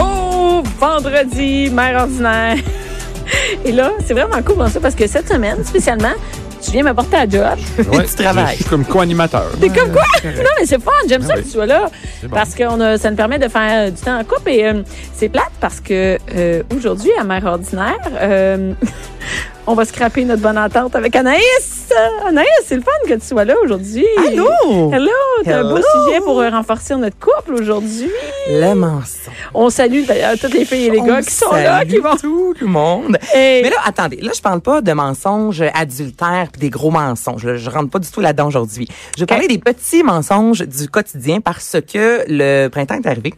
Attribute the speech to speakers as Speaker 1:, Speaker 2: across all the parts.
Speaker 1: Oh, vendredi, mère ordinaire. Et là, c'est vraiment cool pour ça parce que cette semaine, spécialement, tu viens m'apporter à job.
Speaker 2: Ouais,
Speaker 3: tu travailles.
Speaker 2: Je suis comme co-animateur.
Speaker 1: T'es comme quoi? Non, mais c'est fun. J'aime ça
Speaker 2: Ah oui.
Speaker 1: que tu sois là.
Speaker 2: C'est bon.
Speaker 1: Parce que on a- ça nous permet de faire euh, du temps en couple. Et euh, c'est plate parce que euh, aujourd'hui, à Mère Ordinaire, euh, on va scraper notre bonne entente avec Anaïs. Euh, Anaïs, c'est le fun que tu sois là aujourd'hui.
Speaker 3: Allô?
Speaker 1: Hello! T'as un beau
Speaker 3: Hello.
Speaker 1: sujet pour euh, renforcer notre couple aujourd'hui.
Speaker 3: Le mensonge.
Speaker 1: On salue d'ailleurs toutes les filles et les
Speaker 3: On
Speaker 1: gars qui sont là,
Speaker 3: salue
Speaker 1: qui vont.
Speaker 3: tout le monde.
Speaker 1: Hey.
Speaker 3: Mais là, attendez, là, je parle pas de mensonges adultères puis des gros mensonges. là. je rentre pas du tout là-dedans aujourd'hui. Je vais parler des petits mensonges du quotidien parce que le printemps est arrivé.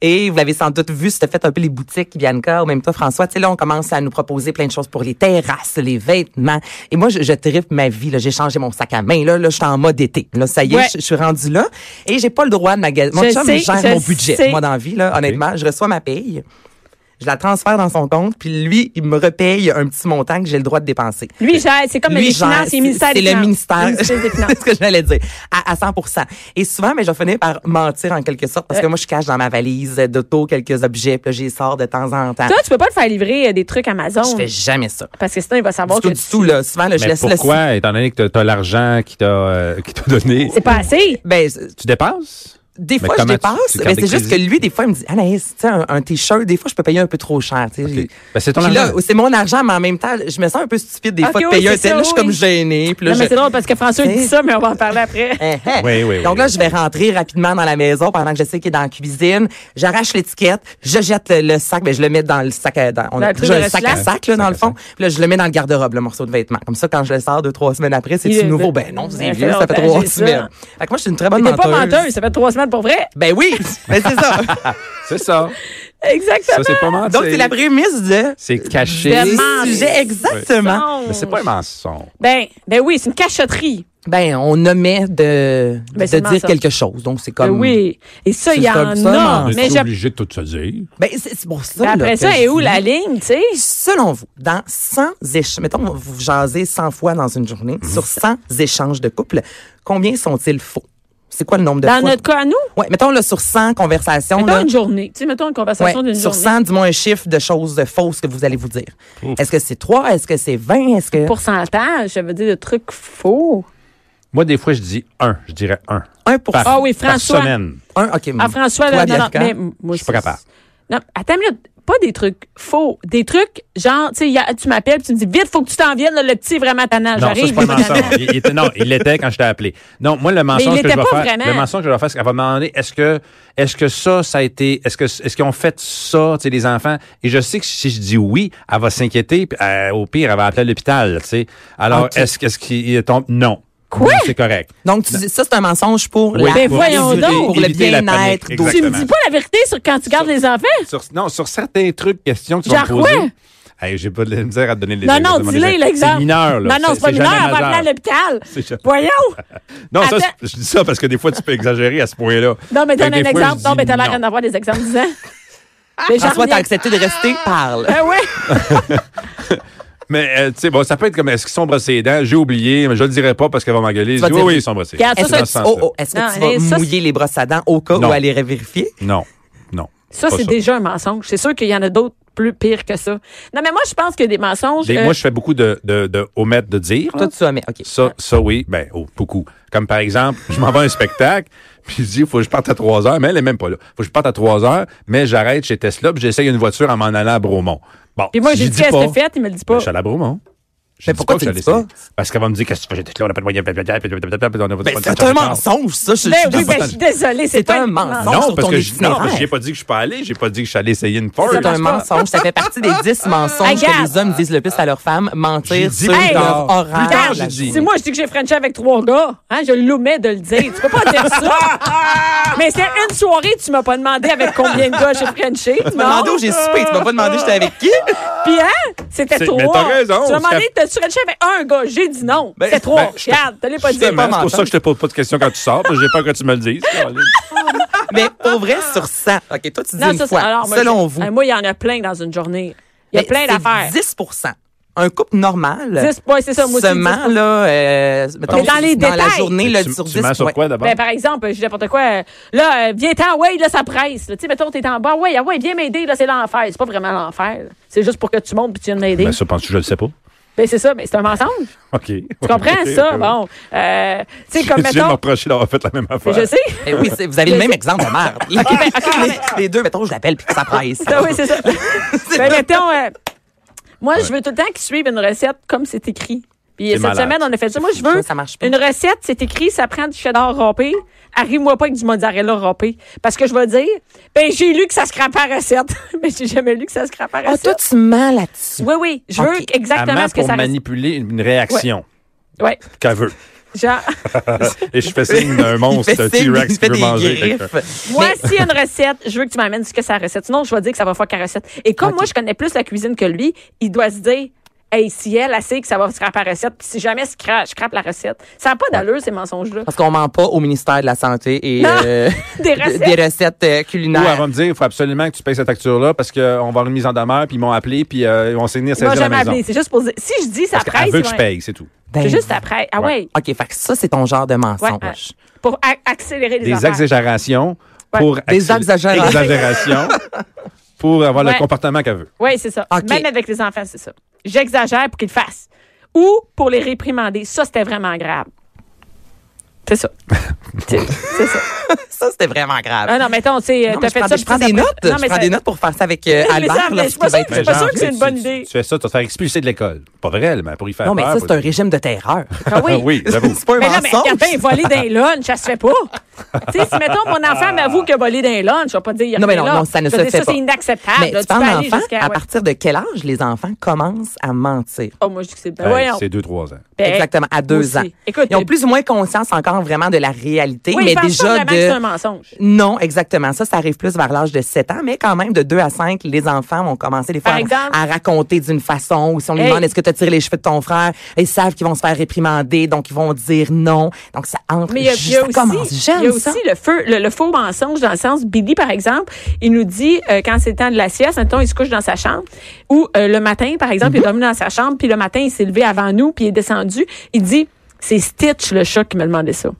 Speaker 3: Et vous l'avez sans doute vu, c'était fait un peu les boutiques, Bianca, ou même toi, François. Tu sais, là, on commence à nous proposer plein de choses pour les terrasses, les vêtements. Et moi, je, je tripe ma vie, là. J'ai changé mon sac à main, là. Là, je suis en mode été. Là, ça y est,
Speaker 1: Ouais.
Speaker 3: je, je suis rendu là. Et j'ai pas le droit de magasiner. Mon
Speaker 1: Je
Speaker 3: chum
Speaker 1: sais,
Speaker 3: gère
Speaker 1: je
Speaker 3: mon budget.
Speaker 1: sais.
Speaker 3: Moi, dans la vie, là, honnêtement, je reçois ma paye je la transfère dans son compte, puis lui, il me repaye un petit montant que j'ai le droit de dépenser.
Speaker 1: Lui, gère, c'est comme
Speaker 3: Lui,
Speaker 1: les
Speaker 3: genre,
Speaker 1: finances,
Speaker 3: c'est
Speaker 1: les ministères des
Speaker 3: c'est le
Speaker 1: Finances.
Speaker 3: ministère.
Speaker 1: Le ministère des Finances.
Speaker 3: c'est ce que j'allais dire. À, à 100 Et souvent, mais je finis par mentir en quelque
Speaker 1: Euh.
Speaker 3: sorte parce que moi, je cache dans ma valise d'auto quelques objets, puis là, j'y sors de temps en temps.
Speaker 1: Toi, tu peux pas te faire livrer euh, des trucs Amazon.
Speaker 3: Je fais jamais ça.
Speaker 1: Parce que sinon, il va savoir
Speaker 3: Du
Speaker 1: que
Speaker 3: tout, du tout, là. Souvent, là, je
Speaker 2: Mais
Speaker 3: laisse le...
Speaker 2: pourquoi, étant donné que t'as as, l'argent qui t'a euh, qui t'a donné,
Speaker 1: c'est pas assez.
Speaker 3: Ben,
Speaker 2: tu dépasses?
Speaker 3: Des
Speaker 2: Mais
Speaker 3: fois, je
Speaker 2: comment tu-
Speaker 3: dépasse.
Speaker 2: tu
Speaker 3: mais
Speaker 2: gardes
Speaker 3: c'est
Speaker 2: des
Speaker 3: juste que
Speaker 2: crédits?
Speaker 3: lui, des fois, il me dit Anaïs, tu sais, un, un t-shirt, des fois, je peux payer un peu trop cher. tu sais.
Speaker 2: Ok. Ben, c'est ton
Speaker 3: Puis là,
Speaker 2: argent.
Speaker 3: c'est mon argent, mais en même temps, je me sens un peu stupide des
Speaker 1: Ok,
Speaker 3: fois de
Speaker 1: oui,
Speaker 3: payer un
Speaker 1: c'est
Speaker 3: tel.
Speaker 1: ça,
Speaker 3: Là, je suis
Speaker 1: oui.
Speaker 3: comme gênée. Puis là,
Speaker 1: Non, mais
Speaker 3: je-
Speaker 1: c'est drôle parce que François il dit ça, mais on va en parler après.
Speaker 3: Hein, hein.
Speaker 2: Oui, oui, oui.
Speaker 3: Donc là, je vais rentrer rapidement dans la maison pendant que je sais qu'il est dans la cuisine. J'arrache l'étiquette, je jette le, le sac, mais je le mets dans le sac à, dans, on
Speaker 1: Dans
Speaker 3: a
Speaker 1: le truc
Speaker 3: déjà
Speaker 1: de
Speaker 3: un sac à
Speaker 1: recyclage.
Speaker 3: sac, là, dans
Speaker 2: Sac
Speaker 3: le
Speaker 2: à
Speaker 3: fond.
Speaker 2: sac.
Speaker 3: Puis là, je le mets dans le garde-robe, le morceau de vêtement. Comme ça, quand je le sors deux, trois semaines après,
Speaker 1: Il est-
Speaker 3: c'est nouveau. Ben non, c'est
Speaker 1: Ben,
Speaker 3: vieux,
Speaker 1: fait
Speaker 3: ça fait
Speaker 1: longtemps,
Speaker 3: trois
Speaker 1: j'ai ça.
Speaker 3: semaines. Fait que moi, je suis une très bonne
Speaker 1: T'es
Speaker 3: menteuse.
Speaker 1: pas menteuse, ça fait trois semaines pour vrai.
Speaker 3: Ben oui, ben c'est ça.
Speaker 2: C'est ça. Ça,
Speaker 1: Exactement.
Speaker 2: c'est pas mentir.
Speaker 3: Donc, c'est la prémisse de...
Speaker 2: C'est caché.
Speaker 1: Ben,
Speaker 3: des
Speaker 1: mensonge.
Speaker 3: sujets, exactement.
Speaker 2: Mais c'est pas un mensonge.
Speaker 1: Ben, ben oui, c'est une cachotterie.
Speaker 3: Ben, on omet de,
Speaker 1: Ben,
Speaker 3: de
Speaker 1: c'est
Speaker 3: dire
Speaker 1: ça.
Speaker 3: quelque chose. Donc, c'est
Speaker 1: Ben
Speaker 3: comme...
Speaker 1: oui. Et ça, il y
Speaker 3: c'est comme
Speaker 1: en
Speaker 3: ça,
Speaker 1: a.
Speaker 3: mais
Speaker 1: Mais
Speaker 2: Mais
Speaker 1: je-
Speaker 2: es obligé de tout se dire.
Speaker 3: Ben, c'est c'est pour ça,
Speaker 1: Ben,
Speaker 3: là,
Speaker 1: après
Speaker 3: que
Speaker 1: ça,
Speaker 3: je
Speaker 1: est où
Speaker 3: dis-
Speaker 1: la ligne, tu sais?
Speaker 3: Selon vous, dans 100 échanges, mettons, vous jasez 100 fois dans une journée,
Speaker 2: Mhm.
Speaker 3: sur 100 échanges de couple, combien sont-ils faux? C'est quoi le nombre de
Speaker 1: Dans
Speaker 3: fois?
Speaker 1: notre cas, à nous,
Speaker 3: Ouais, mettons, là, sur 100 conversations,
Speaker 1: mettons
Speaker 3: là,
Speaker 1: une journée. Tu sais, mettons une
Speaker 3: ouais,
Speaker 1: conversation d'une
Speaker 3: sur
Speaker 1: journée.
Speaker 3: 100, dis-moi un chiffre de choses fausses que vous allez vous dire. Est-ce que c'est 3? Est-ce que c'est 20? Est-ce que...
Speaker 1: Pourcentage, ça veut dire de trucs faux.
Speaker 2: Moi, des fois, je dis un. Je dirais un.
Speaker 3: 1 pour
Speaker 2: Par,
Speaker 1: Ah oui,
Speaker 2: par
Speaker 1: François.
Speaker 2: semaine.
Speaker 3: un, OK.
Speaker 1: Ah, François, là,
Speaker 3: Toi,
Speaker 1: non, non,
Speaker 3: Bianca?
Speaker 1: mais m- moi,
Speaker 2: Mm. Je suis pas
Speaker 1: c'est-
Speaker 2: capable.
Speaker 1: Non, attends une minute. Pas des trucs faux. Des trucs, genre, tu sais, il y a- tu m'appelles, puis tu me dis, vite, faut que tu t'en viennes, là, le petit est vraiment tannant.
Speaker 2: Non, ça,
Speaker 1: Ah, J'arrive.
Speaker 2: c'est pas un
Speaker 1: il est tannant.
Speaker 2: mensonge. Il, il était, non, il l'était quand je t'ai appelé. Non, moi, le mensonge
Speaker 1: il
Speaker 2: que je
Speaker 1: l'était
Speaker 2: vais
Speaker 1: pas
Speaker 2: faire,
Speaker 1: vraiment.
Speaker 2: le mensonge que je vais faire, c'est qu'elle va me demander, est-ce que, est-ce que ça, ça a été, est-ce que, est-ce qu'ils ont fait ça, tu sais, les enfants? Et je sais que si je dis oui, elle va s'inquiéter, puis euh, au pire, elle va appeler l'hôpital, tu sais. Alors,
Speaker 3: Ok.
Speaker 2: est-ce, est-ce qu'il tombe? Non.
Speaker 1: Quoi?
Speaker 2: Non, C'est correct.
Speaker 3: Donc, tu dis, ça, c'est un mensonge pour
Speaker 2: Ben Oui,
Speaker 3: la...
Speaker 1: Ben,
Speaker 2: pour
Speaker 1: voyons
Speaker 2: éviter-
Speaker 1: donc.
Speaker 3: Pour le
Speaker 2: éviter la panique.
Speaker 3: bien-être d'autrui.
Speaker 1: Tu me
Speaker 2: Exactement.
Speaker 1: dis pas la vérité sur quand tu gardes les enfants?
Speaker 2: Sur, non, sur certains trucs, questions que tu
Speaker 1: Genre
Speaker 2: vas me poser.
Speaker 1: quoi?
Speaker 2: Hey, j'ai pas de la misère à te donner les
Speaker 1: Non,
Speaker 2: exemples,
Speaker 1: non,
Speaker 2: donne-moi des
Speaker 1: dis-le,
Speaker 2: exemples.
Speaker 1: l'exemple.
Speaker 2: C'est mineur, là.
Speaker 1: Non, non, c'est pas
Speaker 2: jamais
Speaker 1: mineur, elle va
Speaker 2: majeur.
Speaker 1: appeler à l'hôpital.
Speaker 2: C'est jamais-
Speaker 1: Voyons!
Speaker 2: Non, ça,
Speaker 1: Attends.
Speaker 2: c'est- je dis ça parce que des fois, tu peux exagérer à ce point-là.
Speaker 1: Non, mais
Speaker 2: Fait
Speaker 1: donne
Speaker 2: que
Speaker 1: un
Speaker 2: des fois,
Speaker 1: exemple.
Speaker 2: je
Speaker 1: Non,
Speaker 2: dis
Speaker 1: mais t'as l'air
Speaker 2: non.
Speaker 1: d'en avoir des exemples disant. Mais j'en
Speaker 3: François, t'as
Speaker 1: reviens-
Speaker 3: accepté de rester, parle.
Speaker 1: Ben ouais.
Speaker 2: Mais, euh, tu sais, bon, ça peut être comme, est-ce qu'ils sont brossés les dents? J'ai oublié, mais je le dirai pas parce qu'elle va m'engueuler. Je
Speaker 3: vas
Speaker 2: dis, oui,
Speaker 3: dire
Speaker 2: oui,
Speaker 3: oui.
Speaker 2: ils sont brossés.
Speaker 1: Regarde, ça,
Speaker 2: C'est
Speaker 3: Est-ce
Speaker 1: ça,
Speaker 2: dans ce
Speaker 3: que, tu,
Speaker 2: sens-là.
Speaker 3: oh, oh, est-ce que
Speaker 1: Non,
Speaker 3: tu
Speaker 1: et
Speaker 3: vas
Speaker 1: ça,
Speaker 3: mouiller les brosses à dents au cas
Speaker 2: Non.
Speaker 3: où aller vérifier?
Speaker 2: Non, non.
Speaker 1: Ça,
Speaker 2: pas
Speaker 1: c'est déjà un mensonge. C'est sûr qu'il y en a d'autres plus pires que ça. Non, mais moi, je pense que des mensonges.
Speaker 2: Des-
Speaker 1: euh,
Speaker 2: Ben, Moi, je fais beaucoup de, de, de omettre de dire. là.
Speaker 3: Toi, tu omets. OK.
Speaker 2: Ça, ça, oui, ben, oh, beaucoup. Comme par exemple, je m'en vais à un spectacle, puis je dis, faut que je parte à 3 heures, mais elle est même pas là. Faut que je parte à 3 heures, mais j'arrête chez Tesla, puis j'essaye une voiture en m'en allant à Bromont. Bon.
Speaker 1: Puis moi,
Speaker 2: si
Speaker 1: j'ai
Speaker 2: j'y
Speaker 1: dit qu'est-ce
Speaker 2: pas,
Speaker 1: que t'as fait, il me le dit
Speaker 2: ben,
Speaker 1: pas.
Speaker 2: je suis allé à Bromont. Je
Speaker 3: Mais
Speaker 2: dis
Speaker 3: pourquoi
Speaker 2: que
Speaker 3: tu
Speaker 2: je
Speaker 3: le
Speaker 2: l'ai
Speaker 3: dis pas?
Speaker 2: essayé. Parce qu'elle va me dire qu'est-ce que j'étais là, on n'a pas de moyens, blablabla, blablabla, blablabla, on a pas de-
Speaker 3: Ben,
Speaker 2: on a
Speaker 3: c'est
Speaker 2: pas
Speaker 3: un
Speaker 2: de-
Speaker 3: mensonge, ça. Je,
Speaker 1: Mais
Speaker 3: je-
Speaker 1: oui,
Speaker 3: je-
Speaker 1: ben, je suis désolée, c'est
Speaker 3: C'est
Speaker 1: pas
Speaker 3: un
Speaker 1: une
Speaker 3: mensonge.
Speaker 2: Non,
Speaker 3: sur
Speaker 2: parce
Speaker 3: ton
Speaker 2: que je- non, parce que
Speaker 3: itinéraire.
Speaker 2: j'ai pas dit que je suis pas allé, j'ai pas dit que je suis allé essayer une Ford.
Speaker 3: C'est un mensonge. Ça fait partie des dix mensonges que
Speaker 1: Regarde.
Speaker 3: les hommes disent le plus à leurs femmes. Mentir
Speaker 2: J'ai dit
Speaker 3: sur
Speaker 2: plus
Speaker 1: tard.
Speaker 3: leur horaire.
Speaker 2: Plus tard,
Speaker 3: la-
Speaker 2: j'ai dit.
Speaker 1: C'est moi, je dis que j'ai Frenché avec trois gars. Hein, je l'oumets de le dire. Tu peux pas dire ça. Mais c'est une soirée, tu m'as pas demandé avec combien de gars j'ai Frenché.
Speaker 3: Tu m'as demandé où j'ai soupé. Tu m'as pas demandé j'étais avec qui.
Speaker 1: Puis, hein, c'était
Speaker 2: C'est-
Speaker 1: trois.
Speaker 2: mais t'as raison,
Speaker 1: Tu m'as demandé,
Speaker 2: c'est-
Speaker 1: t'as-tu Frenché avec un gars? J'ai dit non.
Speaker 3: Ben,
Speaker 1: c'était trois.
Speaker 2: ben, je te-
Speaker 1: Regarde, t'allais pas dire.
Speaker 2: Justement, C'est
Speaker 3: menteur.
Speaker 2: pour ça que je te pose pas de questions quand tu sors, parce que j'ai peur que tu me le dises.
Speaker 3: Mais pour vrai, sur 100. OK, toi, tu dis
Speaker 1: Non,
Speaker 3: une
Speaker 1: ça, c'est-
Speaker 3: fois.
Speaker 1: alors, moi,
Speaker 3: selon
Speaker 1: je-
Speaker 3: vous.
Speaker 1: Hey, moi, il y en a plein dans une journée. Il y a
Speaker 3: Mais
Speaker 1: plein
Speaker 3: c'est
Speaker 1: d'affaires.
Speaker 3: 10 Un couple normal.
Speaker 1: 10, ouais, c'est ça, moi aussi,
Speaker 3: Seulement,
Speaker 1: 10%.
Speaker 3: là, euh, mettons,
Speaker 1: Mais dans les
Speaker 3: la
Speaker 1: détails.
Speaker 3: journée, là, sur 10
Speaker 2: Tu mens sur
Speaker 3: ouais.
Speaker 2: quoi d'abord?
Speaker 1: Ben, par exemple, je dis n'importe quoi. euh, Là, euh, viens-t'en, ouais, là, ça presse. là. Tu sais, mettons, t'es en bas, ouais, ah ouais, viens m'aider, là, c'est l'enfer. C'est pas vraiment l'enfer. là. C'est juste pour que tu montes puis tu viennes m'aider.
Speaker 2: Ben,
Speaker 1: Ben,
Speaker 2: ça, penses-tu, que je le sais pas?
Speaker 1: c'est ça, mais c'est un mensonge.
Speaker 2: OK.
Speaker 1: Tu comprends ça? Bon. euh, tu sais, comme
Speaker 2: Tu viens de me
Speaker 1: mettons.
Speaker 2: reprocher d'avoir fait la même affaire.
Speaker 1: Je sais.
Speaker 3: Eh oui, c'est- vous avez le même exemple de merde. les, les deux, mettons, je l'appelle puis que ça presse.
Speaker 1: ben, Ah oui, c'est ça. ben, mettons, euh, moi, je veux tout le temps qu'ils suivent une recette comme c'est écrit. Puis
Speaker 2: C'est
Speaker 1: cette
Speaker 2: malade.
Speaker 1: semaine, on a fait ça. Moi, je veux
Speaker 3: Ça, ça marche pas.
Speaker 1: une recette, c'est écrit, ça prend du cheddar râpé. Arrive-moi pas avec du mozzarella râpé. Parce que je vais dire, ben, j'ai lu que ça se crappe à recette. Mais j'ai jamais lu que ça se crappe à
Speaker 3: Ah,
Speaker 1: recette.
Speaker 3: toi, tu mens là-dessus.
Speaker 1: Oui, oui. Je veux
Speaker 3: Ok.
Speaker 2: Elle
Speaker 1: exactement
Speaker 2: ment
Speaker 1: ce que
Speaker 2: pour
Speaker 1: ça reste.
Speaker 2: manipuler une réaction
Speaker 1: Ouais.
Speaker 2: qu'elle veut.
Speaker 1: Genre,
Speaker 2: Et je fais signe d'un monstre,
Speaker 3: Il fait
Speaker 2: un
Speaker 3: signe,
Speaker 2: T-Rex
Speaker 3: il
Speaker 2: qui
Speaker 3: fait
Speaker 2: veut
Speaker 3: des
Speaker 2: manger. euh,
Speaker 3: griffes.
Speaker 1: moi,
Speaker 3: Mais-
Speaker 1: s'il y a une recette, je veux que tu m'amènes ce que c'est la recette. Sinon, je vais dire que ça va faire qu'à recette. Et comme moi, je connais plus la cuisine que lui, il doit se dire, hey, si elle, elle sait que ça va scraper la recette, puis si jamais je cra- je crappe la recette. Ça n'a pas d'allure, ces mensonges-là.
Speaker 3: Parce qu'on ment pas au ministère de la Santé et
Speaker 1: Non,
Speaker 3: euh,
Speaker 1: des
Speaker 3: de-
Speaker 1: recettes.
Speaker 3: des recettes euh,
Speaker 2: Ou elle
Speaker 3: culinaires.
Speaker 2: va me dire, il faut absolument que tu payes cette facture-là parce qu'on va avoir une mise en demeure, puis ils m'ont appelé, puis euh, ils vont saigner à
Speaker 1: Ils m'ont
Speaker 2: 16 à la
Speaker 1: jamais appelé.
Speaker 2: maison.
Speaker 1: C'est juste pour dire, si je dis, ça presse.
Speaker 2: Elle veut que
Speaker 1: ouais.
Speaker 2: je paye, c'est tout.
Speaker 3: Ben,
Speaker 1: C'est juste après. Ah ouais.
Speaker 3: OK, fait que ça, c'est ton genre de
Speaker 1: Ouais,
Speaker 3: mensonge.
Speaker 1: ouais. Pour a- accélérer les
Speaker 2: Des
Speaker 1: affaires.
Speaker 2: exagérations pour...
Speaker 3: Des
Speaker 2: accé-
Speaker 3: exagérations.
Speaker 2: exagérations pour avoir
Speaker 1: Ouais.
Speaker 2: le comportement qu'elle veut.
Speaker 1: Oui, c'est ça.
Speaker 3: OK.
Speaker 1: Même avec les enfants, c'est ça. J'exagère pour qu'ils le fassent. Ou pour les réprimander. Ça, c'était vraiment grave. C'est ça. c'est c'est ça.
Speaker 3: Ça, c'était vraiment grave.
Speaker 1: Ah non, mettons, tu sais, euh,
Speaker 3: Non, mais
Speaker 1: t'as fait
Speaker 3: je prends,
Speaker 1: ça.
Speaker 3: des- je prends des
Speaker 1: puis
Speaker 3: notes.
Speaker 1: ça- Non,
Speaker 3: je
Speaker 1: mais
Speaker 3: prends
Speaker 1: ça-
Speaker 3: des notes pour faire ça avec euh,
Speaker 1: Mais ça,
Speaker 3: Albert.
Speaker 1: mais
Speaker 3: là,
Speaker 1: je suis pas
Speaker 3: qui va
Speaker 1: sûre que
Speaker 3: être-
Speaker 1: c'est pas
Speaker 2: Ben, genre,
Speaker 1: sûr que c'est une bonne
Speaker 2: tu-
Speaker 1: idée.
Speaker 2: Tu fais ça, tu vas te faire expulser de l'école. Pas vrai, mais pour y faire
Speaker 3: Non, mais
Speaker 2: peur.
Speaker 3: ça,
Speaker 2: pour-
Speaker 3: c'est un régime de terreur.
Speaker 1: Ah oui.
Speaker 2: Oui, j'avoue.
Speaker 3: c'est pas un
Speaker 1: Mais non, mais
Speaker 3: mensonge.
Speaker 1: regarde, ben, voler d'un lunch, ça se fait pas. tu sais, si mettons mon enfant m'avoue que voler d'un lunch, je vais pas dire il y a
Speaker 3: Non, mais
Speaker 1: rien
Speaker 3: non,
Speaker 1: là.
Speaker 3: non, ça ne
Speaker 1: Je
Speaker 3: se
Speaker 1: vais dire,
Speaker 3: fait
Speaker 1: ça,
Speaker 3: pas.
Speaker 1: c'est inacceptable.
Speaker 3: Mais
Speaker 1: Ah, là.
Speaker 3: tu parles
Speaker 1: peux aller
Speaker 3: d'enfants,
Speaker 1: jusqu'à.
Speaker 3: à
Speaker 1: ouais.
Speaker 3: partir de quel âge les enfants commencent à mentir?
Speaker 1: Oh, moi, je dis que c'est. Ben,
Speaker 2: Hey,
Speaker 1: voyons.
Speaker 2: c'est deux, trois ans.
Speaker 1: Ben,
Speaker 3: Exactement, à deux
Speaker 1: aussi.
Speaker 3: ans.
Speaker 1: Écoute,
Speaker 3: ils ont
Speaker 1: euh,
Speaker 3: plus ou moins conscience encore vraiment de la réalité,
Speaker 1: Oui,
Speaker 3: mais
Speaker 1: ils pensent pas vraiment
Speaker 3: déjà
Speaker 1: que c'est un
Speaker 3: de...
Speaker 1: mensonge.
Speaker 3: Non, exactement. Ça, ça arrive plus vers l'âge de 7 ans, mais quand même, de 2 à 5, les enfants vont commencer des fois
Speaker 1: Par
Speaker 3: à-
Speaker 1: exemple?
Speaker 3: à raconter d'une façon, ou si on les
Speaker 1: Hey.
Speaker 3: demande est-ce que tu as tiré les cheveux de ton frère, ils savent qu'ils vont se faire réprimander, donc ils vont dire non. Donc ça entre,
Speaker 1: Mais il y a, il y a
Speaker 3: ça commence
Speaker 1: aussi, il y a
Speaker 3: jeune, ça.
Speaker 1: aussi le, feu, le, le faux mensonge dans le sens, Billy, par exemple, il nous dit, euh, quand c'est le temps de la sieste, mettons, il se couche dans sa chambre, ou euh, le matin, par exemple, il est dormi dans sa chambre, puis le matin, il s'est levé avant nous, puis il est descendu, il dit, c'est Stitch, le chat, qui me demandait ça.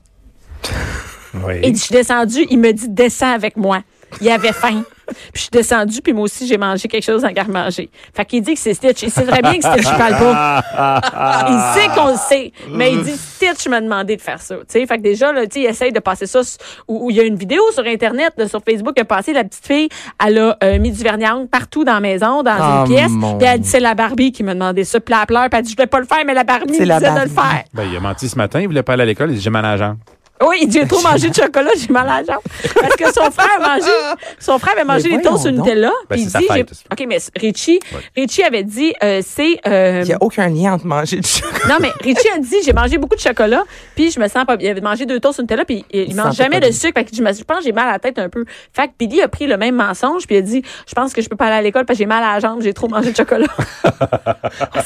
Speaker 1: Il
Speaker 2: Oui.
Speaker 1: dit, je suis descendu, il me dit, descends avec moi. Il avait faim. Puis je suis descendu, puis moi aussi, j'ai mangé quelque chose en garde-manger. Fait qu'il dit que c'est Stitch. Il sait très bien que Stitch parle pas. Ah,
Speaker 3: Ah.
Speaker 1: Il sait qu'on le sait. Mais il dit, Stitch m'a demandé de faire ça. Tu sais, fait que déjà, là, tu sais, il essaye de passer ça. s- Ou ou il y a une vidéo sur Internet, là, sur Facebook, qui a passé la petite fille. Elle a euh, mis du vernis à ongles partout dans la maison, dans
Speaker 3: Ah,
Speaker 1: une pièce.
Speaker 3: mon
Speaker 1: Puis elle dit, c'est la Barbie qui m'a demandé ça. Puis elle pleure, puis elle dit, je voulais pas le faire, mais la Barbie
Speaker 3: C'est
Speaker 1: me
Speaker 3: la
Speaker 1: disait de le
Speaker 3: Barbie.
Speaker 1: faire.
Speaker 2: Ben, il a menti ce matin, il voulait pas aller à l'école, il dit j'ai mal à la jambe.
Speaker 1: Oui, il dit j'ai trop mangé de chocolat, j'ai mal à la jambe. Parce que son frère a mangé, son frère avait mangé
Speaker 3: Mais
Speaker 1: les toasts au
Speaker 3: voyons donc.
Speaker 1: Nutella.
Speaker 2: Ben,
Speaker 1: puis il
Speaker 2: c'est sa
Speaker 1: dit, j'ai-
Speaker 2: fête.
Speaker 1: ok, mais Richie, Richie avait dit, euh, c'est, euh,
Speaker 3: Il n'y a aucun lien entre manger du chocolat.
Speaker 1: non mais Richie a dit j'ai mangé beaucoup de chocolat, puis je me sens pas, il avait mangé deux toasts au Nutella, puis il, il
Speaker 3: Il
Speaker 1: mange
Speaker 3: sentait
Speaker 1: jamais
Speaker 3: pas
Speaker 1: de
Speaker 3: bien.
Speaker 1: sucre, fait que je, me, je pense que j'ai mal à la tête un peu. Fait que Billy a pris le même mensonge, puis il a dit, je pense que je peux pas aller à l'école parce que j'ai mal à la jambe, j'ai trop mangé de chocolat.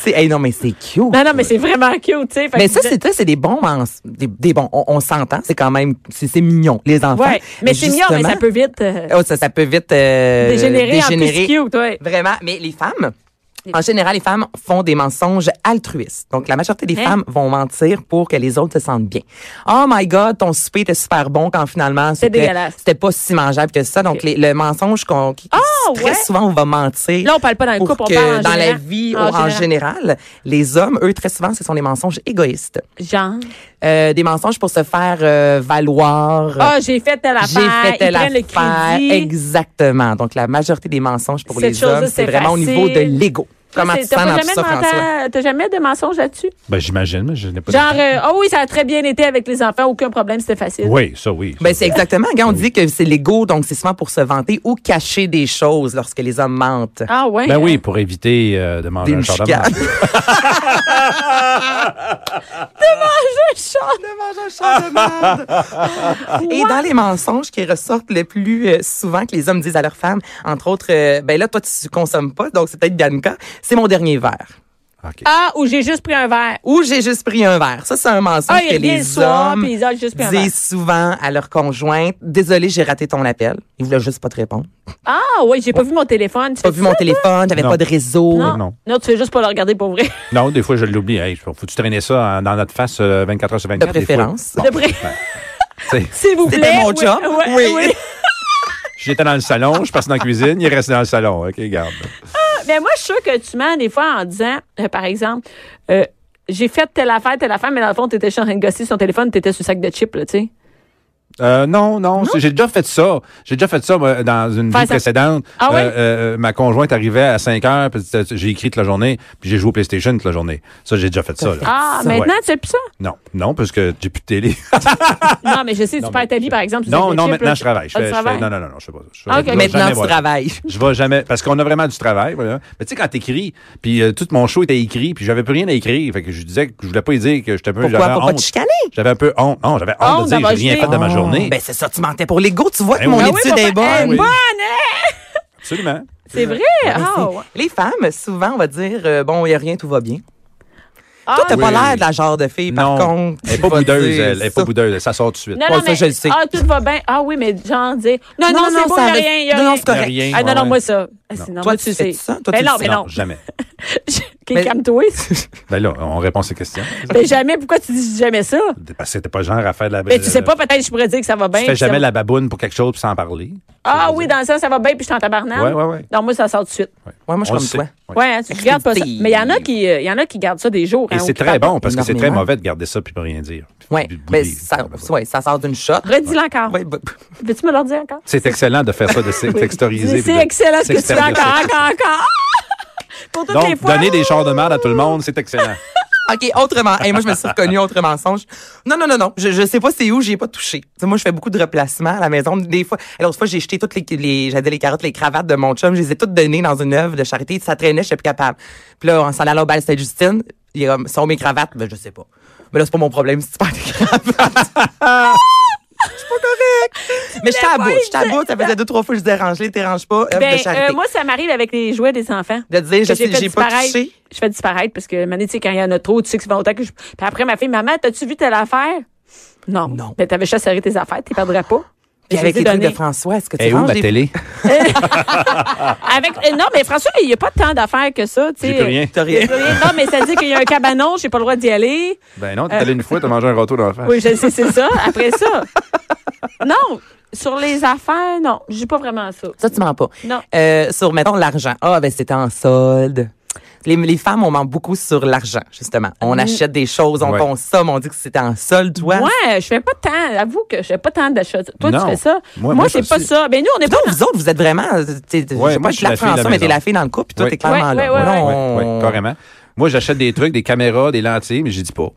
Speaker 3: C'est, hey, non, mais c'est cute.
Speaker 1: non non mais c'est vraiment cute, tu sais. Fait
Speaker 3: Mais
Speaker 1: que
Speaker 3: ça,
Speaker 1: je-
Speaker 3: c'est ça, c'est des bons, mens- des, des bons. On, on s'entend, c'est quand même, c'est c'est mignon, les enfants.
Speaker 1: ouais, mais c'est mignon, mais ça
Speaker 3: justement-
Speaker 1: peut vite euh,
Speaker 3: Oh, ça, ça peut vite euh,
Speaker 1: dégénérer, en plus cute, ouais.
Speaker 3: Vraiment, mais les femmes. En général, les femmes font des mensonges altruistes. Donc, la majorité des
Speaker 1: Hein?
Speaker 3: femmes vont mentir pour que les autres se sentent bien. Oh my God, ton souper était super bon quand finalement c'était
Speaker 1: dégueulasse.
Speaker 3: c'était pas si mangeable que ça. Donc,
Speaker 1: Ok.
Speaker 3: les- le mensonge qu'on qui- qui-
Speaker 1: Ah,
Speaker 3: très
Speaker 1: ouais?
Speaker 3: souvent on va mentir.
Speaker 1: Là, on parle pas dans le
Speaker 3: pour
Speaker 1: couple, on
Speaker 3: que
Speaker 1: parle en
Speaker 3: dans la
Speaker 1: général.
Speaker 3: vie
Speaker 1: En
Speaker 3: ou en
Speaker 1: général.
Speaker 3: général, les hommes, eux, très souvent, ce sont des mensonges égoïstes.
Speaker 1: Genre.
Speaker 3: Euh, des mensonges pour se faire euh, valoir.
Speaker 1: Ah, j'ai fait telle affaire.
Speaker 3: J'ai fait telle
Speaker 1: ils prennent
Speaker 3: affaire.
Speaker 1: le crédit.
Speaker 3: Exactement. Donc, la majorité des mensonges pour
Speaker 1: Cette
Speaker 3: les hommes,
Speaker 1: chose-là, c'est
Speaker 3: c'est vraiment au niveau de
Speaker 1: facile.
Speaker 3: l'ego. Comment
Speaker 1: c'est-
Speaker 3: tu te
Speaker 1: T'as
Speaker 3: sens
Speaker 1: pas
Speaker 3: dans tout
Speaker 1: jamais,
Speaker 3: ça,
Speaker 1: demandé à-
Speaker 3: François?
Speaker 1: t'as jamais de mensonges là-dessus?
Speaker 2: Ben, j'imagine, mais je n'ai pas de-
Speaker 1: Genre, euh, oh oui, ça a très bien été avec les enfants, aucun problème, c'était facile.
Speaker 2: Oui, ça, oui. ça,
Speaker 3: Ben, c'est exactement. Quand on dit que c'est l'ego, donc c'est souvent pour se vanter ou cacher des choses lorsque les hommes mentent.
Speaker 1: Ah ouais?
Speaker 2: Ben oui, pour éviter euh, de manger
Speaker 3: Des
Speaker 2: un chardonnay.
Speaker 3: chicanes.
Speaker 1: Je chante.
Speaker 3: Et dans les mensonges qui ressortent le plus euh, souvent que les hommes disent à leurs femmes, entre autres, euh, ben là, toi, tu consommes pas, donc c'est peut-être Bianca, c'est mon dernier verre.
Speaker 2: OK.
Speaker 1: Ah, ou j'ai juste pris un verre.
Speaker 3: Ou j'ai juste pris un verre. Ça, c'est un mensonge
Speaker 1: Ah,
Speaker 3: que
Speaker 1: ils reviennent le
Speaker 3: les
Speaker 1: soir,
Speaker 3: hommes
Speaker 1: puis ils ont juste pris un verre.
Speaker 3: disent souvent à leur conjointe. Désolé, j'ai raté ton appel. Ils voulaient juste pas te répondre.
Speaker 1: Ah oui, j'ai pas vu mon téléphone.
Speaker 3: J'ai pas vu mon téléphone, j'avais
Speaker 2: Non.
Speaker 3: pas de réseau.
Speaker 1: Non.
Speaker 2: Non.
Speaker 1: non. tu fais juste pas le regarder pour vrai.
Speaker 2: Non, des fois, je l'oublie. Hey, faut-tu traîner ça en- dans notre face euh, 24 heures sur 24?
Speaker 3: De
Speaker 2: des fois?
Speaker 3: préférence.
Speaker 1: De près.
Speaker 2: Tu sais,
Speaker 1: S'il vous plaît.
Speaker 3: C'était mon
Speaker 1: oui,
Speaker 3: job.
Speaker 1: ouais,
Speaker 3: Oui.
Speaker 1: oui.
Speaker 2: J'étais dans le salon, je passe dans la cuisine, il reste dans le salon. OK, garde.
Speaker 1: Mais moi, je suis sûre que tu mens des fois en disant, euh, par exemple, euh, j'ai fait telle affaire, telle affaire, mais dans le fond, t'étais juste en train de gosser sur ton téléphone, t'étais sur le sac de chips, là, tu sais.
Speaker 2: Euh, non, non, c'est- j'ai déjà fait ça. J'ai déjà fait ça moi, dans une
Speaker 1: Faire
Speaker 2: vie
Speaker 1: ça.
Speaker 2: précédente.
Speaker 1: Ah ouais?
Speaker 2: euh, euh, ma conjointe arrivait à 5 heures, puis c'était- j'ai écrit toute la journée, puis j'ai joué au PlayStation toute la journée. Ça, j'ai déjà fait ça. là.
Speaker 1: Ah,
Speaker 2: Ça,
Speaker 1: maintenant,
Speaker 2: ouais.
Speaker 1: tu sais plus ça?
Speaker 2: Non, non, parce que j'ai plus de télé.
Speaker 1: Non, mais je sais,
Speaker 2: Non,
Speaker 1: tu perds ta
Speaker 2: mais
Speaker 1: vie,
Speaker 2: je-
Speaker 1: par exemple. sur le
Speaker 2: non,
Speaker 1: sac de
Speaker 2: non,
Speaker 1: chips,
Speaker 2: maintenant
Speaker 1: là.
Speaker 2: je travaille. Je
Speaker 1: Ah, tu
Speaker 2: fais- je fais-
Speaker 1: travailles?
Speaker 2: non, non, non, non, je sais pas. Je, fais-
Speaker 1: Ah, ok,
Speaker 2: je vais
Speaker 1: ok.
Speaker 3: Maintenant,
Speaker 2: jamais
Speaker 3: tu
Speaker 2: voir ça.
Speaker 3: travailles.
Speaker 2: Je vais jamais. Parce qu'on a vraiment du travail. voilà. Mais tu sais, quand t'écris, puis euh, tout mon show était écrit, puis j'avais plus rien à écrire. Fait que je disais que je voulais pas y dire que j'étais un peu.
Speaker 3: Pourquoi?
Speaker 2: j'avais
Speaker 3: Pour pas
Speaker 2: honte.
Speaker 3: te chicaner?
Speaker 2: J'avais un peu honte. Non, j'avais honte
Speaker 1: Honte
Speaker 2: de dire
Speaker 1: d'avoir
Speaker 2: j'ai rien
Speaker 1: jeté.
Speaker 2: fait de ma journée.
Speaker 3: Ben, c'est ça, tu mentais pour l'ego. Tu vois que
Speaker 2: Ben
Speaker 3: mon
Speaker 2: oui.
Speaker 1: oui,
Speaker 3: étude
Speaker 1: papa,
Speaker 3: est bonne.
Speaker 1: elle est
Speaker 2: Oui.
Speaker 1: bonne, hein?
Speaker 2: Absolument.
Speaker 3: Euh,
Speaker 1: C'est vrai? Ah, ouais.
Speaker 3: Les femmes, souvent, on va dire, euh, bon, il n'y a rien, tout va bien.
Speaker 1: Ah,
Speaker 3: Toi, t'as pas
Speaker 2: oui.
Speaker 3: l'air de la genre de fille,
Speaker 2: non.
Speaker 3: par contre.
Speaker 2: Elle est
Speaker 3: qui
Speaker 2: pas
Speaker 3: va
Speaker 2: boudeuse,
Speaker 3: dire
Speaker 2: elle. Elle est
Speaker 3: ça.
Speaker 2: pas boudeuse. Ça sort tout de suite.
Speaker 1: Non,
Speaker 3: Ouais,
Speaker 1: non,
Speaker 3: ça,
Speaker 1: mais,
Speaker 3: je le sais.
Speaker 1: Ah, tout va bien. Ah oui, mais genre dire. Non, non,
Speaker 3: Non,
Speaker 1: c'est
Speaker 3: non,
Speaker 1: beau,
Speaker 3: ça
Speaker 1: il a
Speaker 3: reste-
Speaker 1: rien. y a
Speaker 3: non, non,
Speaker 1: rien.
Speaker 3: c'est correct.
Speaker 2: Y a rien,
Speaker 1: Ah non,
Speaker 2: ouais,
Speaker 1: non,
Speaker 2: ouais.
Speaker 1: moi ça. Ah, sinon,
Speaker 3: Toi,
Speaker 1: moi,
Speaker 3: tu
Speaker 1: tu sais.
Speaker 3: fais ça? Toi,
Speaker 1: Ben
Speaker 3: tu
Speaker 1: non,
Speaker 3: le
Speaker 1: mais
Speaker 3: sais.
Speaker 1: non.
Speaker 2: Non, jamais.
Speaker 1: Qui
Speaker 3: Mais-
Speaker 1: calme-toi.
Speaker 2: Ben là, on répond à ces questions.
Speaker 1: Ben jamais, pourquoi tu dis jamais ça?
Speaker 2: Parce que t'es pas genre à faire de la
Speaker 1: Mais tu sais pas, peut-être je pourrais dire que ça va bien.
Speaker 2: Tu fais
Speaker 1: puis
Speaker 2: jamais
Speaker 1: ça-
Speaker 2: la baboune pour quelque chose puis sans parler.
Speaker 1: Ah oui, dans ça, ça va bien, puis je suis en tabarnak.
Speaker 2: Ouais, ouais, ouais.
Speaker 1: Non, moi, ça sort tout de suite.
Speaker 3: Ouais, moi, je
Speaker 2: On le
Speaker 3: suis
Speaker 2: sait.
Speaker 3: comme toi.
Speaker 2: Ouais.
Speaker 1: Ouais, hein, tu
Speaker 3: Exclusive.
Speaker 1: gardes pas ça. Mais il y en a qui, euh, il y en a qui gardent ça des jours.
Speaker 2: Et
Speaker 1: hein,
Speaker 2: c'est
Speaker 1: ou qui
Speaker 2: très
Speaker 1: parlent.
Speaker 2: bon parce que c'est très
Speaker 3: énormément.
Speaker 2: mauvais de garder ça puis de rien dire.
Speaker 3: Ouais.
Speaker 2: Puis de
Speaker 3: Ben,
Speaker 2: bouder.
Speaker 3: ça, ouais, ça sort d'une shot.
Speaker 1: Redis-le encore.
Speaker 3: Ouais, bah,
Speaker 1: Veux-tu me le redire encore?
Speaker 2: ben. C'est excellent de faire ça, de se- textoriser.
Speaker 1: C'est
Speaker 2: puis de-
Speaker 1: excellent ce que tu fais
Speaker 2: s'extérioriser.
Speaker 1: encore, encore, encore. Pour toutes les
Speaker 2: Donc,
Speaker 1: fois.
Speaker 2: donner des chars de merde à tout le monde, c'est excellent.
Speaker 3: OK, autrement. Et moi, je me suis reconnue autre mensonge. Non, non, non, non. Je, je sais pas c'est où, j'y ai pas touché. Tu sais, moi, je fais beaucoup de replacements à la maison. Des fois, et l'autre fois, j'ai jeté toutes les, les j'avais les carottes, les cravates de mon chum. Je les ai toutes données dans une œuvre de charité. Ça traînait, j'étais plus capable. Puis là, en s'en allant au bal Sainte-Justine, il est comme, sont mes cravates? Ben, je sais pas. Mais là, c'est pas mon problème si tu perds tes cravates. C'est pas correct. Mais j'étais à
Speaker 1: pas,
Speaker 3: bout,
Speaker 1: il
Speaker 3: j'étais à bout. Ça faisait deux, trois fois que je disais range les dérange pas. œuvre
Speaker 1: Ben,
Speaker 3: de charité.
Speaker 1: euh, moi, ça m'arrive avec les jouets des enfants.
Speaker 3: de dire, je
Speaker 1: que j'ai
Speaker 3: sais,
Speaker 1: fait
Speaker 3: j'ai pas
Speaker 1: disparaître.
Speaker 3: touché.
Speaker 1: Je fais disparaître parce que, mané, tu sais, quand il y en a trop, tu sais que ça fait longtemps que je. Puis après, ma fille, maman, t'as-tu vu telle affaire? Non.
Speaker 3: Non.
Speaker 1: Ben, t'avais chassé tes affaires, t'y perdrais pas. Je
Speaker 3: Puis avec
Speaker 1: les ai
Speaker 3: les trucs de
Speaker 1: données.
Speaker 3: François, est-ce que tu
Speaker 2: Et Eh, où
Speaker 3: ranges
Speaker 2: ma
Speaker 3: des-
Speaker 2: télé?
Speaker 1: Avec, euh, non, mais François, il n'y a pas tant d'affaires que ça, tu sais.
Speaker 2: J'ai plus rien.
Speaker 3: T'as rien.
Speaker 1: Non, mais ça dit qu'il y a un cabanon, j'ai pas le droit d'y aller.
Speaker 2: Ben non, t'es allé une fois, t'as mangé un râteau dans la face.
Speaker 1: Oui, je sais, c'est ça. Après ça. Non, sur les affaires, non, j'ai pas vraiment ça.
Speaker 3: Ça, tu mens pas.
Speaker 1: Non.
Speaker 3: Euh, sur, mettons, l'argent. Ah, ben, c'était en solde. Les, les femmes, on ment beaucoup sur l'argent, justement.
Speaker 1: Mm.
Speaker 3: On achète des choses, on
Speaker 2: Ouais.
Speaker 3: consomme, on dit que c'était en solde, toi.
Speaker 1: Moi, je fais pas tant, avoue que je fais pas tant d'achats. Toi,
Speaker 2: Non.
Speaker 1: tu fais ça.
Speaker 2: Moi,
Speaker 1: Moi,
Speaker 2: moi, je
Speaker 1: c'est
Speaker 2: fais
Speaker 1: pas
Speaker 2: ça.
Speaker 1: ça. Ben, nous, on est pas.
Speaker 3: Non, vous autres, vous êtes vraiment, euh, t'es, t'es-
Speaker 2: Ouais,
Speaker 3: je sais
Speaker 2: moi, je
Speaker 3: pas, je
Speaker 2: suis la
Speaker 3: la
Speaker 2: fille de la
Speaker 3: François, mais t'es
Speaker 2: maison.
Speaker 3: la fille dans le couple, puis toi,
Speaker 2: Ouais.
Speaker 3: t'es clairement
Speaker 1: Ouais,
Speaker 3: là.
Speaker 1: ouais,
Speaker 3: Non,
Speaker 2: Oui,
Speaker 3: on-
Speaker 2: oui, carrément. Moi, j'achète des trucs, des caméras, des lentilles, mais je dis pas.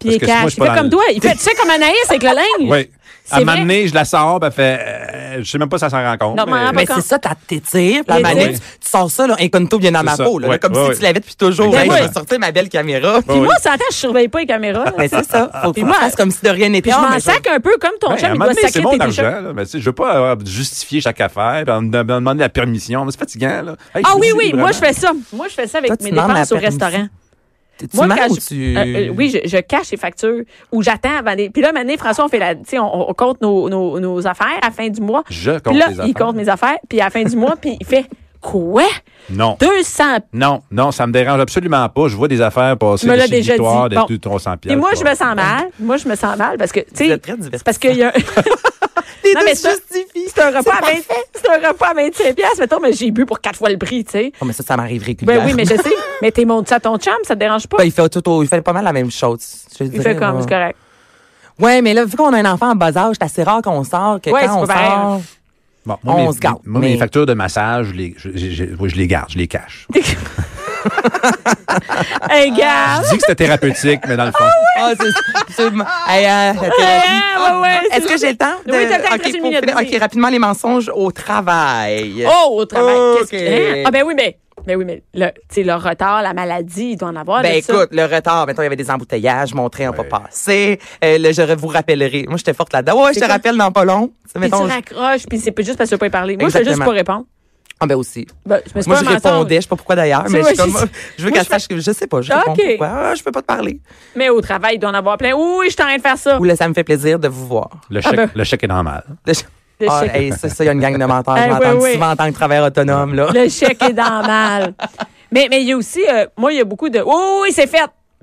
Speaker 1: Puis il est
Speaker 2: Parce que moi, je
Speaker 1: cash.
Speaker 2: suis
Speaker 1: Il
Speaker 2: pas
Speaker 1: fait
Speaker 2: dans
Speaker 1: comme
Speaker 2: le-
Speaker 1: toi. Il fait, tu sais, comme Anaïs avec le linge.
Speaker 2: Oui.
Speaker 1: C'est vrai.
Speaker 2: À m'amener, je la sors, ben fait, euh, je sais même pas si ça s'en rend compte.
Speaker 1: Non, mais en
Speaker 3: Mais
Speaker 1: Pas
Speaker 3: Ben, c'est
Speaker 1: quand-
Speaker 3: ça, t'as- t'étires, puis la
Speaker 1: Les
Speaker 3: manière,
Speaker 1: deux.
Speaker 3: tu, tu sors ça, là, incognito, bien dans
Speaker 2: C'est
Speaker 3: ma
Speaker 2: ça,
Speaker 3: peau, là,
Speaker 2: ouais,
Speaker 3: comme
Speaker 2: ouais,
Speaker 3: si
Speaker 2: ouais.
Speaker 3: tu l'avais depuis toujours.
Speaker 2: Ben
Speaker 3: Hey,
Speaker 2: ouais.
Speaker 3: je vais sortir ma belle caméra.
Speaker 1: Puis
Speaker 2: Oui.
Speaker 1: moi, ça je surveille pas les caméras.
Speaker 2: Ah,
Speaker 3: Mais c'est ça. Faut,
Speaker 1: Puis
Speaker 3: faut
Speaker 1: moi,
Speaker 3: faire comme si de rien n'était.
Speaker 1: Puis je
Speaker 3: Ah,
Speaker 1: m'en
Speaker 3: mais
Speaker 1: sac un peu comme ton
Speaker 2: Ben, à
Speaker 1: chum,
Speaker 2: un
Speaker 1: il
Speaker 2: moment
Speaker 1: doit
Speaker 2: donné, c'est
Speaker 1: sacrer
Speaker 2: mon
Speaker 1: tes t-shirts.
Speaker 2: argent. Là. Ben, tu sais, je veux pas avoir à justifier chaque affaire, puis à me me demander la permission. Mais c'est fatigant. Là. Hey,
Speaker 1: Ah oui,
Speaker 2: je vous dis
Speaker 1: oui,
Speaker 2: vraiment.
Speaker 1: moi, je fais ça. Moi, je fais ça avec
Speaker 3: Toi, tu
Speaker 1: mes
Speaker 3: demandes la
Speaker 1: dépenses au
Speaker 3: permission.
Speaker 1: restaurant.
Speaker 3: Tu
Speaker 1: Moi,
Speaker 3: mens
Speaker 1: quand
Speaker 3: ou
Speaker 1: je-
Speaker 3: tu.
Speaker 1: euh, euh, oui, je, je cache les factures ou j'attends avant les. Puis là, maintenant, François, on fait la, tu sais, on, on compte nos, nos, nos affaires à la fin du mois.
Speaker 2: Je compte
Speaker 1: Puis là,
Speaker 2: les
Speaker 1: il
Speaker 2: affaires.
Speaker 1: compte mes affaires. Puis à la fin du mois, puis il fait quoi?
Speaker 2: Non.
Speaker 1: 200.
Speaker 2: Non, non, ça me dérange absolument pas. Je vois des affaires passer.
Speaker 1: Tu me
Speaker 2: de
Speaker 1: l'as
Speaker 2: chez
Speaker 1: déjà
Speaker 2: Victoire,
Speaker 1: dit.
Speaker 2: de
Speaker 1: Bon.
Speaker 2: 300
Speaker 1: Puis moi, je
Speaker 2: quoi.
Speaker 1: me sens mal. Moi, je me sens mal parce que, tu sais.
Speaker 3: Vous êtes très divertissant.
Speaker 1: Parce qu'il y a.
Speaker 3: Les
Speaker 1: Non,
Speaker 3: deux
Speaker 1: mais
Speaker 3: se
Speaker 1: ça,
Speaker 3: justifient.
Speaker 1: C'est un repas à
Speaker 3: parfait.
Speaker 1: 25 C'est un repas à 25 piastres, mettons, mais j'ai bu pour quatre fois le prix, tu sais.
Speaker 3: Oh, mais ça, ça m'arrive régulièrement.
Speaker 1: Ben oui, mais je sais. Mais t'es mon ça à ton chum, ça te dérange pas?
Speaker 3: Ben, il fait tout, au- il fait pas mal la même chose. Je euh,
Speaker 1: Il fait comme, c'est correct.
Speaker 3: Ouais, mais là, vu qu'on a un enfant en bas âge, c'est assez rare qu'on sort, que
Speaker 1: Ouais, c'est
Speaker 3: quand on
Speaker 1: pas pareil. hein.
Speaker 3: sort.
Speaker 2: Bon, moi,
Speaker 3: On
Speaker 2: mes,
Speaker 3: se gâte,
Speaker 2: moi, mes
Speaker 3: mais-
Speaker 2: factures de massage, je les, je, je- je- oui, je les garde, je les cache.
Speaker 1: Hey, gars!
Speaker 2: Je dis que c'était thérapeutique, mais dans le fond.
Speaker 3: Ah, c'est absolument. Hey, euh, la thérapie.
Speaker 1: ouais,
Speaker 3: Ah,
Speaker 1: ouais, c'est
Speaker 3: Est-ce que j'ai le temps? De...
Speaker 1: Oui, t'as le temps, il te
Speaker 3: Ok,
Speaker 1: reste une
Speaker 3: pour
Speaker 1: minute,
Speaker 3: finir-
Speaker 1: vas-y.
Speaker 3: ok, rapidement, les mensonges au travail.
Speaker 1: Oh, au travail, qu'est-ce
Speaker 3: Ok.
Speaker 1: que... Hein? Ah ben oui, mais... Ben oui, mais le, tu sais, le retard, la maladie, il doit en avoir.
Speaker 3: Ben
Speaker 1: de ça.
Speaker 3: écoute, le retard, maintenant il y avait des embouteillages, mon train n'a pas passé. Euh, le, je vous rappellerai. Moi, j'étais forte là-dedans. Ouais, je te
Speaker 1: comme-
Speaker 3: rappelle dans pas long. Ça,
Speaker 1: Puis
Speaker 3: mettons,
Speaker 1: tu
Speaker 3: je-
Speaker 1: raccroches, puis c'est pas juste parce que tu n'as pas parlé. Moi, je fais juste
Speaker 3: Exactement.
Speaker 1: pas répondre.
Speaker 3: Ah ben aussi.
Speaker 1: Ben, je me suis
Speaker 3: Moi,
Speaker 1: pas
Speaker 3: je
Speaker 1: un mensonge.
Speaker 3: répondais, je sais pas pourquoi d'ailleurs, mais
Speaker 1: vois,
Speaker 3: je, suis comme,
Speaker 1: je-
Speaker 3: je veux
Speaker 1: moi,
Speaker 3: qu'elle
Speaker 1: je fais-
Speaker 3: sache que je sais pas, je
Speaker 1: Ah,
Speaker 3: réponds
Speaker 1: ok.
Speaker 3: pourquoi. Ah, je peux pas te parler.
Speaker 1: Mais au travail, il doit en avoir plein. Oui, je suis en train de faire ça.
Speaker 3: Ou là, ça me fait plaisir de vous voir.
Speaker 2: Le chèque,
Speaker 1: ben.
Speaker 2: le chèque est normal.
Speaker 3: De-
Speaker 1: Le
Speaker 3: Ah,
Speaker 1: chèque.
Speaker 3: hey, ça, ça, il y a une gang de menteurs.
Speaker 1: Hey,
Speaker 3: je m'entends
Speaker 1: oui, oui.
Speaker 3: souvent en tant que travailleur autonome, là.
Speaker 1: Le chèque est dans le mal. Mais mais il y a aussi, euh, moi, il y a beaucoup de. Oui, oui, oui, c'est fait.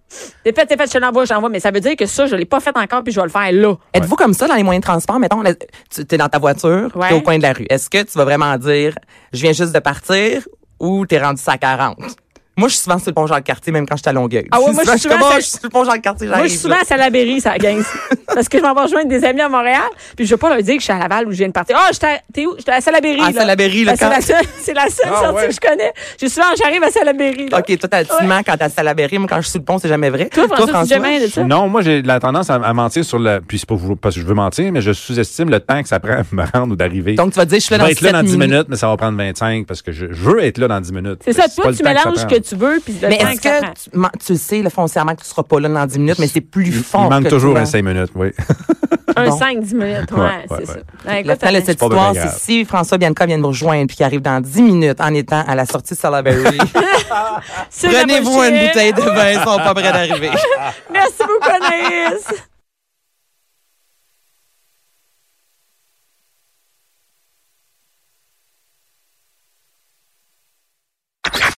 Speaker 1: C'est fait, c'est fait, je te l'envoie, je t'envoie. Mais ça veut dire que ça, je ne l'ai pas fait encore, puis je vais le faire là.
Speaker 3: Êtes-vous comme ça dans les moyens de transport? Mettons, là, tu es dans ta voiture,
Speaker 1: Ouais.
Speaker 3: t'es au coin de la rue. Est-ce que tu vas vraiment dire, je viens juste de partir ou t'es rendu à 40? Moi, je suis souvent sur le pont Jean-Cartier, même quand je suis à Longueuil.
Speaker 1: Ah ouais, moi, je suis
Speaker 3: comme,
Speaker 1: souvent-
Speaker 3: Ah, je suis sur le pont Jean-Cartier, j'arrive.
Speaker 1: Moi, je suis souvent à Salaberry, ça, 15. Parce que je m'en vais rejoindre des amis à Montréal, puis je vais pas leur dire que je suis à Laval ou je viens de partir. Ah, je suis à- t'es où? Je suis à Salaberry.
Speaker 3: À
Speaker 1: là.
Speaker 3: Salaberry, là,
Speaker 1: Ben, C'est
Speaker 3: quand-
Speaker 1: la seule, c'est la seule
Speaker 2: Ah,
Speaker 1: sortie
Speaker 2: ouais.
Speaker 1: que je connais. Je suis souvent, j'arrive à Salaberry. là.
Speaker 3: là. OK, toi, t'as le sentiment quand t'es à Salaberry, moi, quand je suis sur le pont, c'est jamais vrai.
Speaker 1: Toi, François, tu dis jamais de ça?
Speaker 2: Non, moi, j'ai la tendance à, à mentir sur le. Puis c'est pas vou- parce que je veux mentir, mais je sous-estime le temps que ça prend à me rendre ou d'arriver.
Speaker 3: Donc, tu vas dire, je suis
Speaker 2: je
Speaker 3: là
Speaker 2: vais
Speaker 3: dans
Speaker 2: être là
Speaker 3: 17
Speaker 2: dans 10
Speaker 3: minutes.
Speaker 2: minutes, mais ça va prendre 25 parce que je, je veux être là dans 10 minutes.
Speaker 1: C'est ça,
Speaker 2: Mais Ben, pas
Speaker 1: toi,
Speaker 2: le
Speaker 1: tu
Speaker 2: temps ça
Speaker 1: mélanges ce
Speaker 2: prend.
Speaker 1: que tu veux, puis le
Speaker 3: Mais
Speaker 1: temps
Speaker 3: est-ce
Speaker 1: ça
Speaker 3: que
Speaker 1: prend.
Speaker 3: tu, man- tu le sais, le foncièrement, que tu seras pas là dans 10 minutes, mais c'est plus fort.
Speaker 2: Il manque
Speaker 3: que
Speaker 2: toujours
Speaker 3: toi.
Speaker 2: un 5 minutes, oui.
Speaker 1: Un
Speaker 3: Bon.
Speaker 1: 5-10 minutes, ouais,
Speaker 2: Ouais,
Speaker 1: c'est
Speaker 2: ouais,
Speaker 1: ça.
Speaker 2: ouais.
Speaker 1: Ouais,
Speaker 3: Le
Speaker 1: écoute, euh,
Speaker 3: final de
Speaker 1: Alain.
Speaker 3: cette
Speaker 2: pas bien
Speaker 3: histoire,
Speaker 2: grave.
Speaker 3: c'est si François Bianca vient de nous rejoindre puis qu'il arrive dans 10 minutes en étant à la sortie de Salaberry,
Speaker 1: C'est la
Speaker 3: prenez-vous une
Speaker 1: prochaine.
Speaker 3: bouteille de vin, ils sont pas près d'arriver.
Speaker 1: Merci beaucoup, Anaïs.